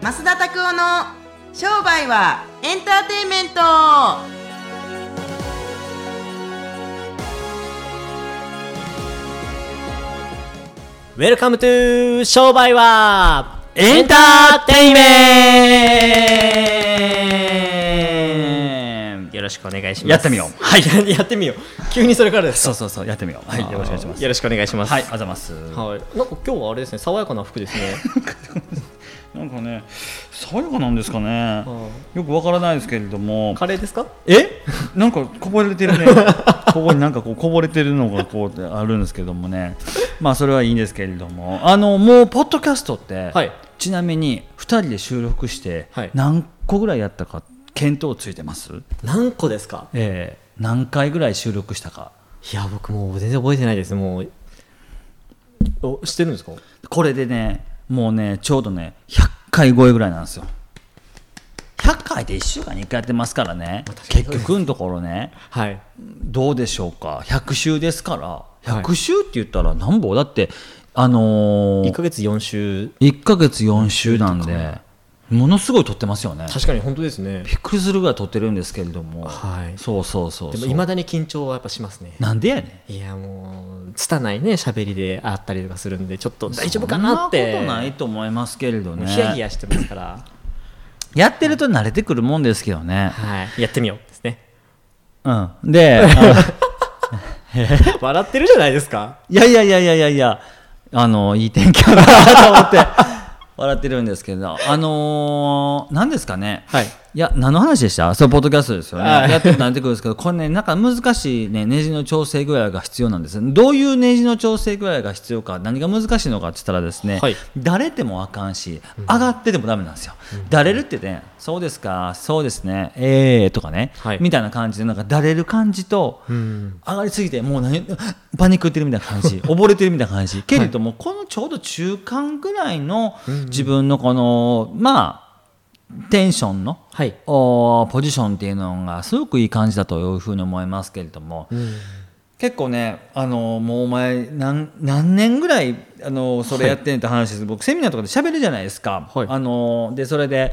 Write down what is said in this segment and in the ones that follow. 増田拓夫の商売はエンターテインメントウェルカムトゥー商売はエンターテイメントよろしくお願いします。やってみようはい、 ややってみよう。急にそれからです。そうそうそうやってみようはいよろしくお願いしますよろしくお願いします。はいありがとうございますはい。なんか今日はあれですね、爽やかな服です ね。なんかね爽やかなんですかねよくわからないですけれどもカレーですか？えなんかこぼれて るねここになんかこうこぼれてるのがこうあるんですけどもねまあそれはいいんですけれどもあのもうポッドキャストって、はいちなみに2人で収録してはい何個ぐらいやったか見当ついてます、何個ですか？ええ何回ぐらい収録したかいや僕もう全然覚えてないです。もう。お、してるんですか？これでねもうねちょうどね100回超えぐらいなんですよ100回で1週間に1回やってますからね結局のところねはい。どうでしょうか100週ですからはい100週って言ったらなんぼだってあの一ーヶ月四週。 1ヶ月4週なんでものすごい撮ってますよね確かに本当ですねび。っくりするぐらい撮ってるんですけれども、はいそうそうそうでそうも未だに緊張はやっぱしますね。なんでやねんいやもう拙いね喋りであったりとかするんでちょっと大丈夫かなってそんなことないと思いますけれどもうねヒヤヒヤしてますから、やってると慣れてくるもんですけどね、はい、やってみようですねうん、であ 笑ってるじゃないですかいやいやいやいやいやいや、あの、いい天気だなと思って、笑ってるんですけど、あのー、何ですかね。はいや、何の話でしたそう、ポッドキャストですよね。はいやってると慣れてくるんですけど、これね、なんか難しいね、ネジの調整具合が必要なんです。どういうネジの調整具合が必要か、何が難しいのかって言ったらですね、はいだれてもあかんし、上がっててもダメなんですよ。だれるってね、そうですか、そうですね、ええー、とかね、はいみたいな感じで、なんかだれる感じと、うん上がりすぎてもう何パニックってるみたいな感 じ溺れてるみたいな感じけれども、このちょうど中間ぐらいの自分のこのまあテンションのはいおーポジションっていうのがすごくいい感じだというふうに思いますけれども、結構ねあのもうお前何何年ぐらいあのそれやってんねんって話です、僕セミナーとかで喋るじゃないですか、はいあのでそれで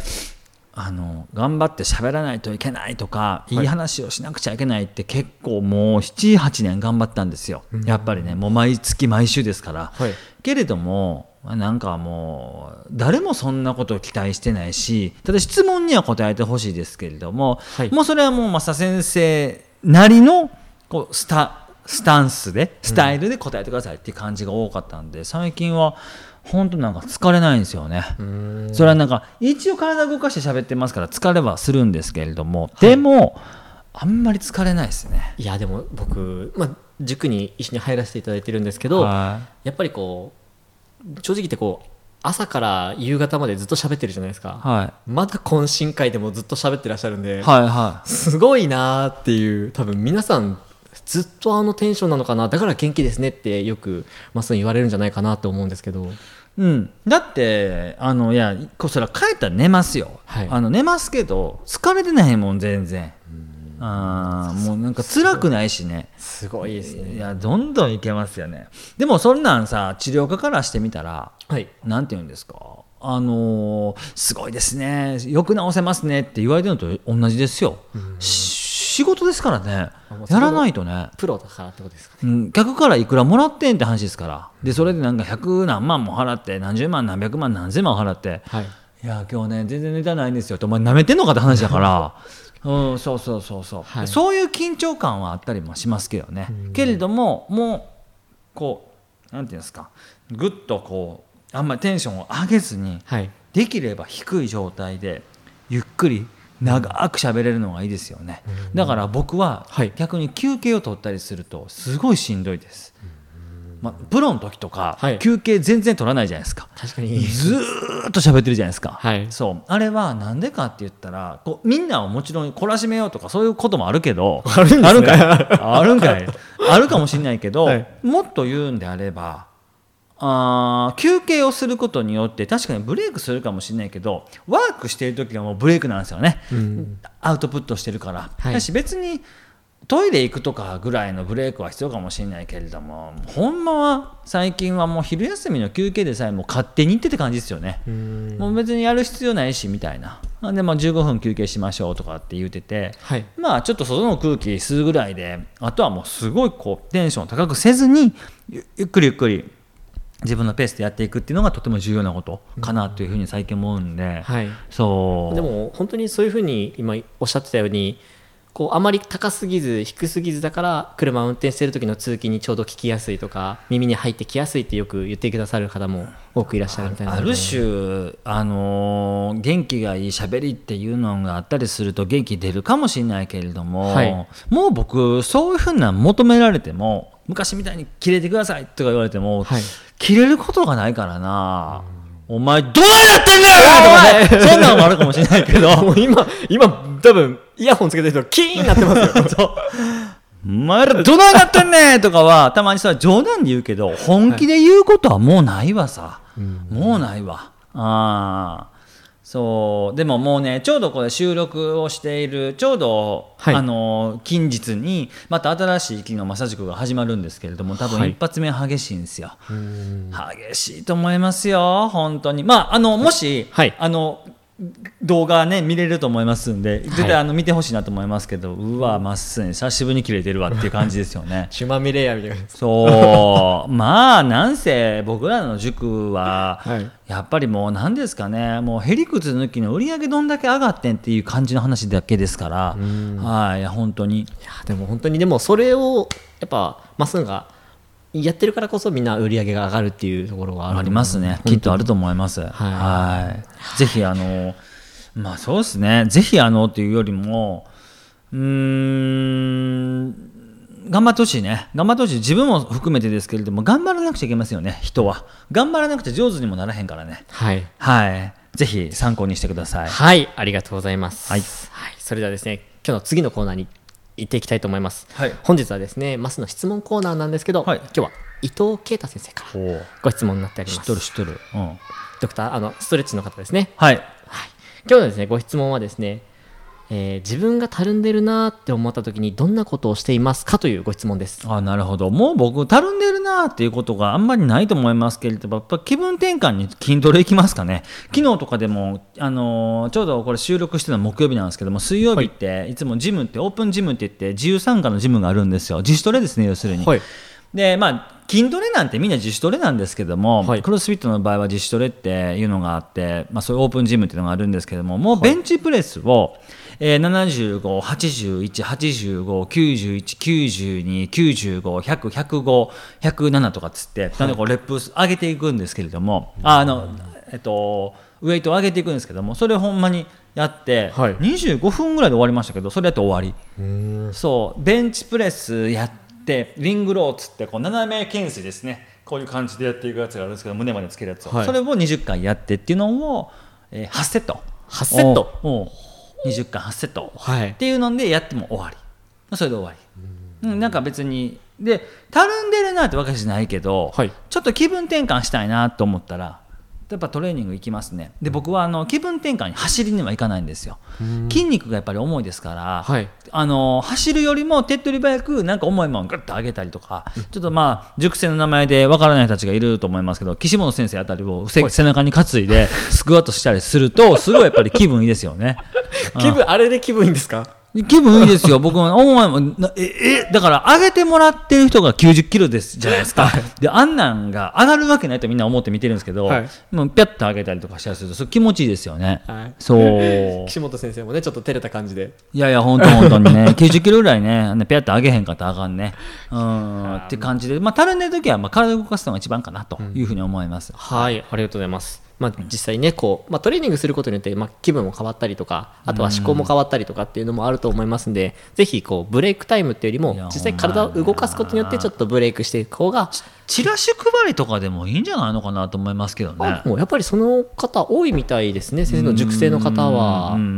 あの頑張って喋らないといけないとか、い、い話をしなくちゃいけないって結構もう78年頑張ったんですよ、やっぱりねもう毎月毎週ですから、はいけれどもなんかもう誰もそんなことを期待してないしただ質問には答えてほしいですけれども、はいもうそれはもう増田先生なりのこうスタスタンスでスタイルで答えてくださいっていう感じが多かったんで、最近は本当なんか疲れないんですよね。それはなんか一応体動かして喋ってますから疲れはするんですけれども、でもあんまり疲れないですね。いやでも僕、まあ、塾に一緒に入らせていただいてるんですけど、はいやっぱりこう正直言ってこう朝から夕方までずっと喋ってるじゃないですか、はまだ懇親会でもずっと喋ってらっしゃるんで、いはいはい。すごいなーっていう多分皆さんずっとあのテンションなのかなだから元気ですねってよくまっすぐ言われるんじゃないかなと思うんですけどうん、だってあのいやこそら帰ったら寝ますよ、はいあの寝ますけど疲れてないもん全然あーもうなんか辛くないしねすごいですいやどんどんいけますよねでもそんなんさ治療家からしてみたらはいなんて言うんですかあのーすごいですねよく治せますねって言われてるのと同じですよし仕事ですからねあもうそれやもらないとねプロだからってことですかねうん、客からいくらもらってんって話ですからでそれでなんか100何万も払って何十万何百万何千万払ってはいいや今日ね全然ネタないんですよってお前舐めてんのかって話だから うんそうそうそうそう、はいそういう緊張感はあったりもしますけどねけれどももうこうなんていうんですかぐっとこうあんまりテンションを上げずにはいできれば低い状態でゆっくり長く喋れるのがいいですよね、だから僕ははい逆に休憩を取ったりするとすごいしんどいです、まあ、プロの時とかはい休憩全然取らないじゃないですか、確かにずーっと喋ってるじゃないです か、はいそうあれはなんでかって言ったらこうみんなをもちろん懲らしめようとかそういうこともあるけどあるんですねかい あるんかいあるかもしれないけど、はいもっと言うんであればあー休憩をすることによって確かにブレイクするかもしれないけどワークしている時がもうブレイクなんですよね、アウトプットしてるから、はいだし別にトイレ行くとかぐらいのブレイクは必要かもしれないけれどもほんまは最近はもう昼休みの休憩でさえもう勝手に行ってって感じですよね。うんもう別にやる必要ないしみたいなで、まあ、15分休憩しましょうとかって言うてて、はいまあちょっと外の空気吸うぐらいであとはもうすごいこうテンション高くせずにゆゆっくりゆっくり自分のペースでやっていくっていうのがとても重要なことかなというふうに最近思うんで、はいそうでも本当にそういうふうに今おっしゃってたようにこうあまり高すぎず低すぎずだから車を運転してる時の通勤にちょうど聞きやすいとか耳に入ってきやすいってよく言ってくださる方も多くいらっしゃるみたいなあのでる種、あのー元気がいい喋りっていうのがあったりすると元気出るかもしれないけれども、はいもう僕そういうふうな求められても昔みたいに「キレてください」とか言われても、はいキレることがないからな。お前どないなってんだよとかねそんなんもあるかもしれないけど もう今今多分イヤホンつけてる人キーンなってますよ そうお前らどないなってんねんとかはたまにそれは冗談で言うけど本気で言うことはもうないわさ、もうないわあーそうでももうねちょうどこれ収録をしているちょうど、はいあの近日にまた新しい「金の正塾」が始まるんですけれども多分はい一発目激しいんですよ、激しいと思いますよ本当にまああのもし、はいあの動画ね見れると思いますんで絶対はいあの見てほしいなと思いますけどうわまっすぐ久しぶりに切れてるわっていう感じですよねシュマミレイヤーみたいな そうまあなんせ僕らの塾は、はいやっぱりもう何ですかねもうへりくつ抜きの売り上げどんだけ上がってんっていう感じの話だけですからはいいや本当にいやでも本当にでもそれをやっぱまっすぐがやってるからこそみんな売り上げが上がるっていうところがあるありますね。きっとあると思います。はい。ぜひあの、まあそうですね。ぜひあのっていうよりも、うーん、頑張ってほしいね。頑張ってほしい。自分も含めてですけれども、頑張らなくちゃいけませんよね、人は。頑張らなくちゃ上手にもならへんからね。はいはい。ぜひ参考にしてください。はい、ありがとうございます。はいそれではですね、今日の次のコーナーに行っていきたいと思います。はい本日はですね、マスの質問コーナーなんですけど、はい今日は伊藤啓太先生かおらおご質問になっており知まっす。とる知っとる。うん。ドクターあのストレッチの方ですね。はい。はい。今日のですね、ご質問はですね、えー自分がたるんでるなーって思った時にどんなことをしていますかというご質問です。あなるほどもう僕たるんでるなっていうことがあんまりないと思いますけれどもやっぱ気分転換に筋トレ行きますかね昨日とかでも、あのーちょうどこれ収録してるの木曜日なんですけども水曜日って、い、つもジムってオープンジムって言って自由参加のジムがあるんですよ自主トレですね要するに。はいでまあ筋トレなんてみんな自主トレなんですけども、はいクロスフィットの場合は自主トレっていうのがあって、まあ、そういうオープンジムっていうのがあるんですけどももうベンチプレスを、えー、75818595919295100105100107とかっつってなんでこうレップ数上げていくんですけれども、ああのえっとウェイトを上げていくんですけどもそれをほんまにやって、はい25分ぐらいで終わりましたけどそれやって終わり。そうベンチプレスやってリングローっつってこう斜め懸垂ですねこういう感じでやっていくやつがあるんですけど胸までつけるやつを、はいそれを20回やってっていうのを、えー8セット8セットおうおう20回8セット、はいっていうのでやっても終わりそれで終わり、うん、なんか別にでたるんでるなってわけじゃないけど、はいちょっと気分転換したいなと思ったらやっぱトレーニング行きますねで僕はあの気分転換に走りには行かないんですよ筋肉がやっぱり重いですから、はいあの走るよりも手っ取り早くなんか重いものをグッと上げたりとか、ちょっとまあ熟成の名前でわからない人たちがいると思いますけど岸本先生あたりをせ背中に担いでスクワットしたりするとすごいやっぱり気分いいです よね。気分あれで気分いいんですか？気分いいですよ、 僕も、思いもなえ、え、だから、上げてもらってる人が90キロですじゃないですか。で、あんなんが上がるわけないとみんな思って見てるんですけど、はいもうピャッと上げたりとかしたりすると、それ気持ちいいですよね。はい そう。岸本先生もね、ちょっと照れた感じで。いやいや、本当本当にね、90キロぐらいね、ねピャッと上げへんかったらあかんね。うん、って感じで、まあ、たるんでる時は、まあ、体を動かすのが一番かなというふうに思います。はい、ありがとうございます。まあ、実際ね、こう、まあ、トレーニングすることによって、まあ、気分も変わったりとか、あとは思考も変わったりとかっていうのもあると思いますんで、ぜひ、こう、ブレイクタイムっていうよりもいや、実際体を動かすことによって、ちょっとブレイクしていく方が、チラシ配りとかでもいいんじゃないのかなと思いますけどねあ。もうやっぱりその方多いみたいですね、先生の熟成の方はうん。うんうん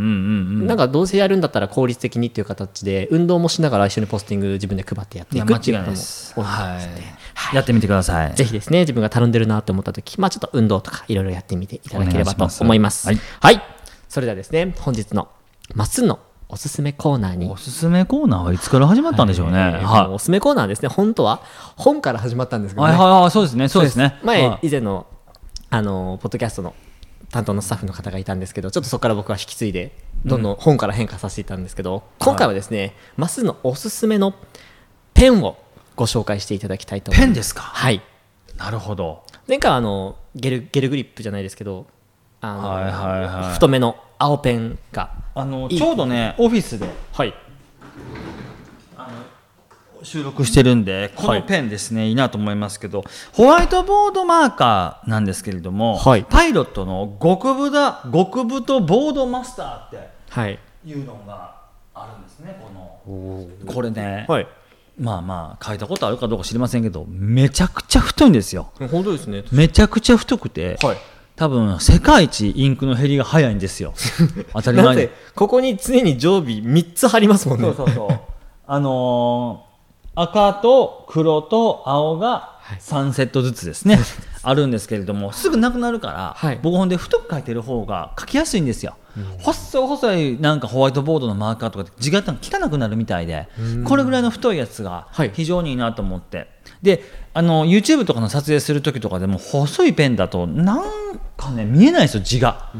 うん。なんかどうせやるんだったら効率的にっていう形で運動もしながら一緒にポスティング自分で配ってやっていいや、く間っていう違いこないともです。多いはですねい。やってみてください。ぜひですね、自分がたるんでるなと思った時、まあちょっと運動とかいろいろやってみていただければとお願いします思います。はいはい。それではですね、本日のまっすんのおすすめコーナーにおすすめコーナーはいつから始まったんでしょうね。はいはもいうおすすめコーナーですね本当は本から始まったんですけどはいねはいはい、そうですね、そうですね。前、はい以前のあのポッドキャストの担当のスタッフの方がいたんですけどちょっとそこから僕は引き継いでどんどん本から変化させていったんですけど、今回はですねマスのおすすめのペンをご紹介していただきたいと思いますペンですかはいなるほど。前回はあのゲルゲルグリップじゃないですけどあの、はいはいはい太めの青ペンがあの、いいちょうどね、オフィスではい収録してるんで、こはのいペンですね、い、いなと思いますけど、ホワイトボードマーカーなんですけれども、はいパイロットの極太、極太ボードマスターってはいいうのがあるんですね、この。これね、はいまあまあ、書いたことあるかどうか知りませんけど、めちゃくちゃ太いんですよ。本当ですねめちゃくちゃ太くて、はい多分世界一インクの減りが早いんですよ 当たりな前んにでここに常に常備3つ貼りますもんねそうそうそう あのー赤と黒と青がはい3セットずつですね、あるんですけれどもすぐなくなるから、はい僕ほんで太く書いてる方が書きやすいんですよ、細い細いなんかホワイトボードのマーカーとかって字型が汚くなるみたいでこれぐらいの太いやつがはい非常にいいなと思って、であの YouTube とかの撮影する時とかでも細いペンだとなんかね見えないですよ字が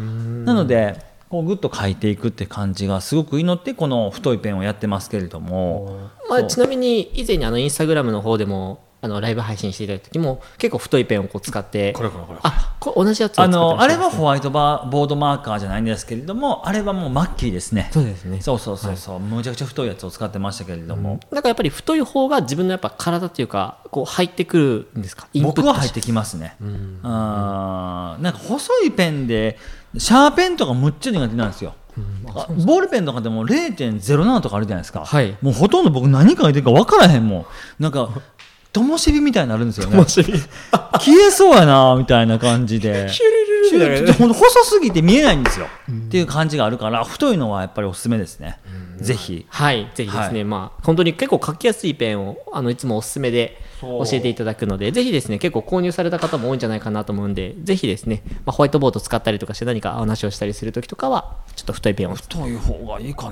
なのでこうグッと書いていくって感じがすごくいいのってこの太いペンをやってますけれどもまあ、そうちなみに以前にあのインスタグラムの方でもあのライブ配信していただいた時も結構太いペンをこう使ってれこれこれあこれ同じやつを使あってのあれはうホワイトバーボードマーカーじゃないんですけれどもあれはもうマッキーですねそうですねそうそうそうそう、むちゃくちゃ太いやつを使ってましたけれども、なんかやっぱり太い方が自分のやっぱ体というかこう入ってくるんですかインプッ僕トは入ってきますね、あーなんか細いペンでシャーペンとかむっちゃ苦手なんですよ、あボールペンとかでも0.07とかあるじゃないですか、はいもうほとんど僕何書いてるか分からへんもんなんか灯火みたいになるんですよね面白い消えそうやなみたいな感じ でシュルルルルみたいなねほんと細すぎて見えないんですよ、っていう感じがあるから太いのはやっぱりおすすめですね、ぜひはいぜひですね、はいまあ本当に結構書きやすいペンをあのいつもおすすめでそ教うえていただくのでぜひですね結構購入された方も多いんじゃないかなと思うんでぜひですね、まあ、ホワイトボード使ったりとかして何かお話をしたりする時とかはちょっと太いペンを太い方がいいかな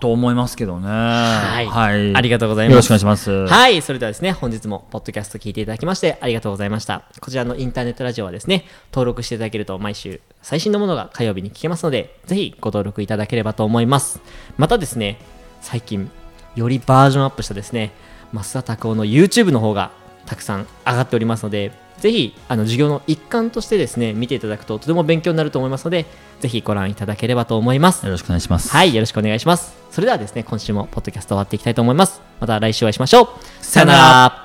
と思いますけどねはいありがとうございますよろしくお願いしますはい、それではですね、本日もポッドキャスト聞いていただきましてありがとうございました。こちらのインターネットラジオはですね、登録していただけると毎週最新のものが火曜日に聞けますので、ぜひご登録いただければと思います。またですね、最近、よりバージョンアップしたですね、増田拓夫の YouTube の方がたくさん上がっておりますので、ぜひ、あの、授業の一環としてですね、見ていただくととても勉強になると思いますので、ぜひご覧いただければと思いますよ。ろしくお願いしますはい、よろしくお願いします。それではですね、今週もポッドキャスト終わっていきたいと思います。また来週お会いしましょう。さよなら。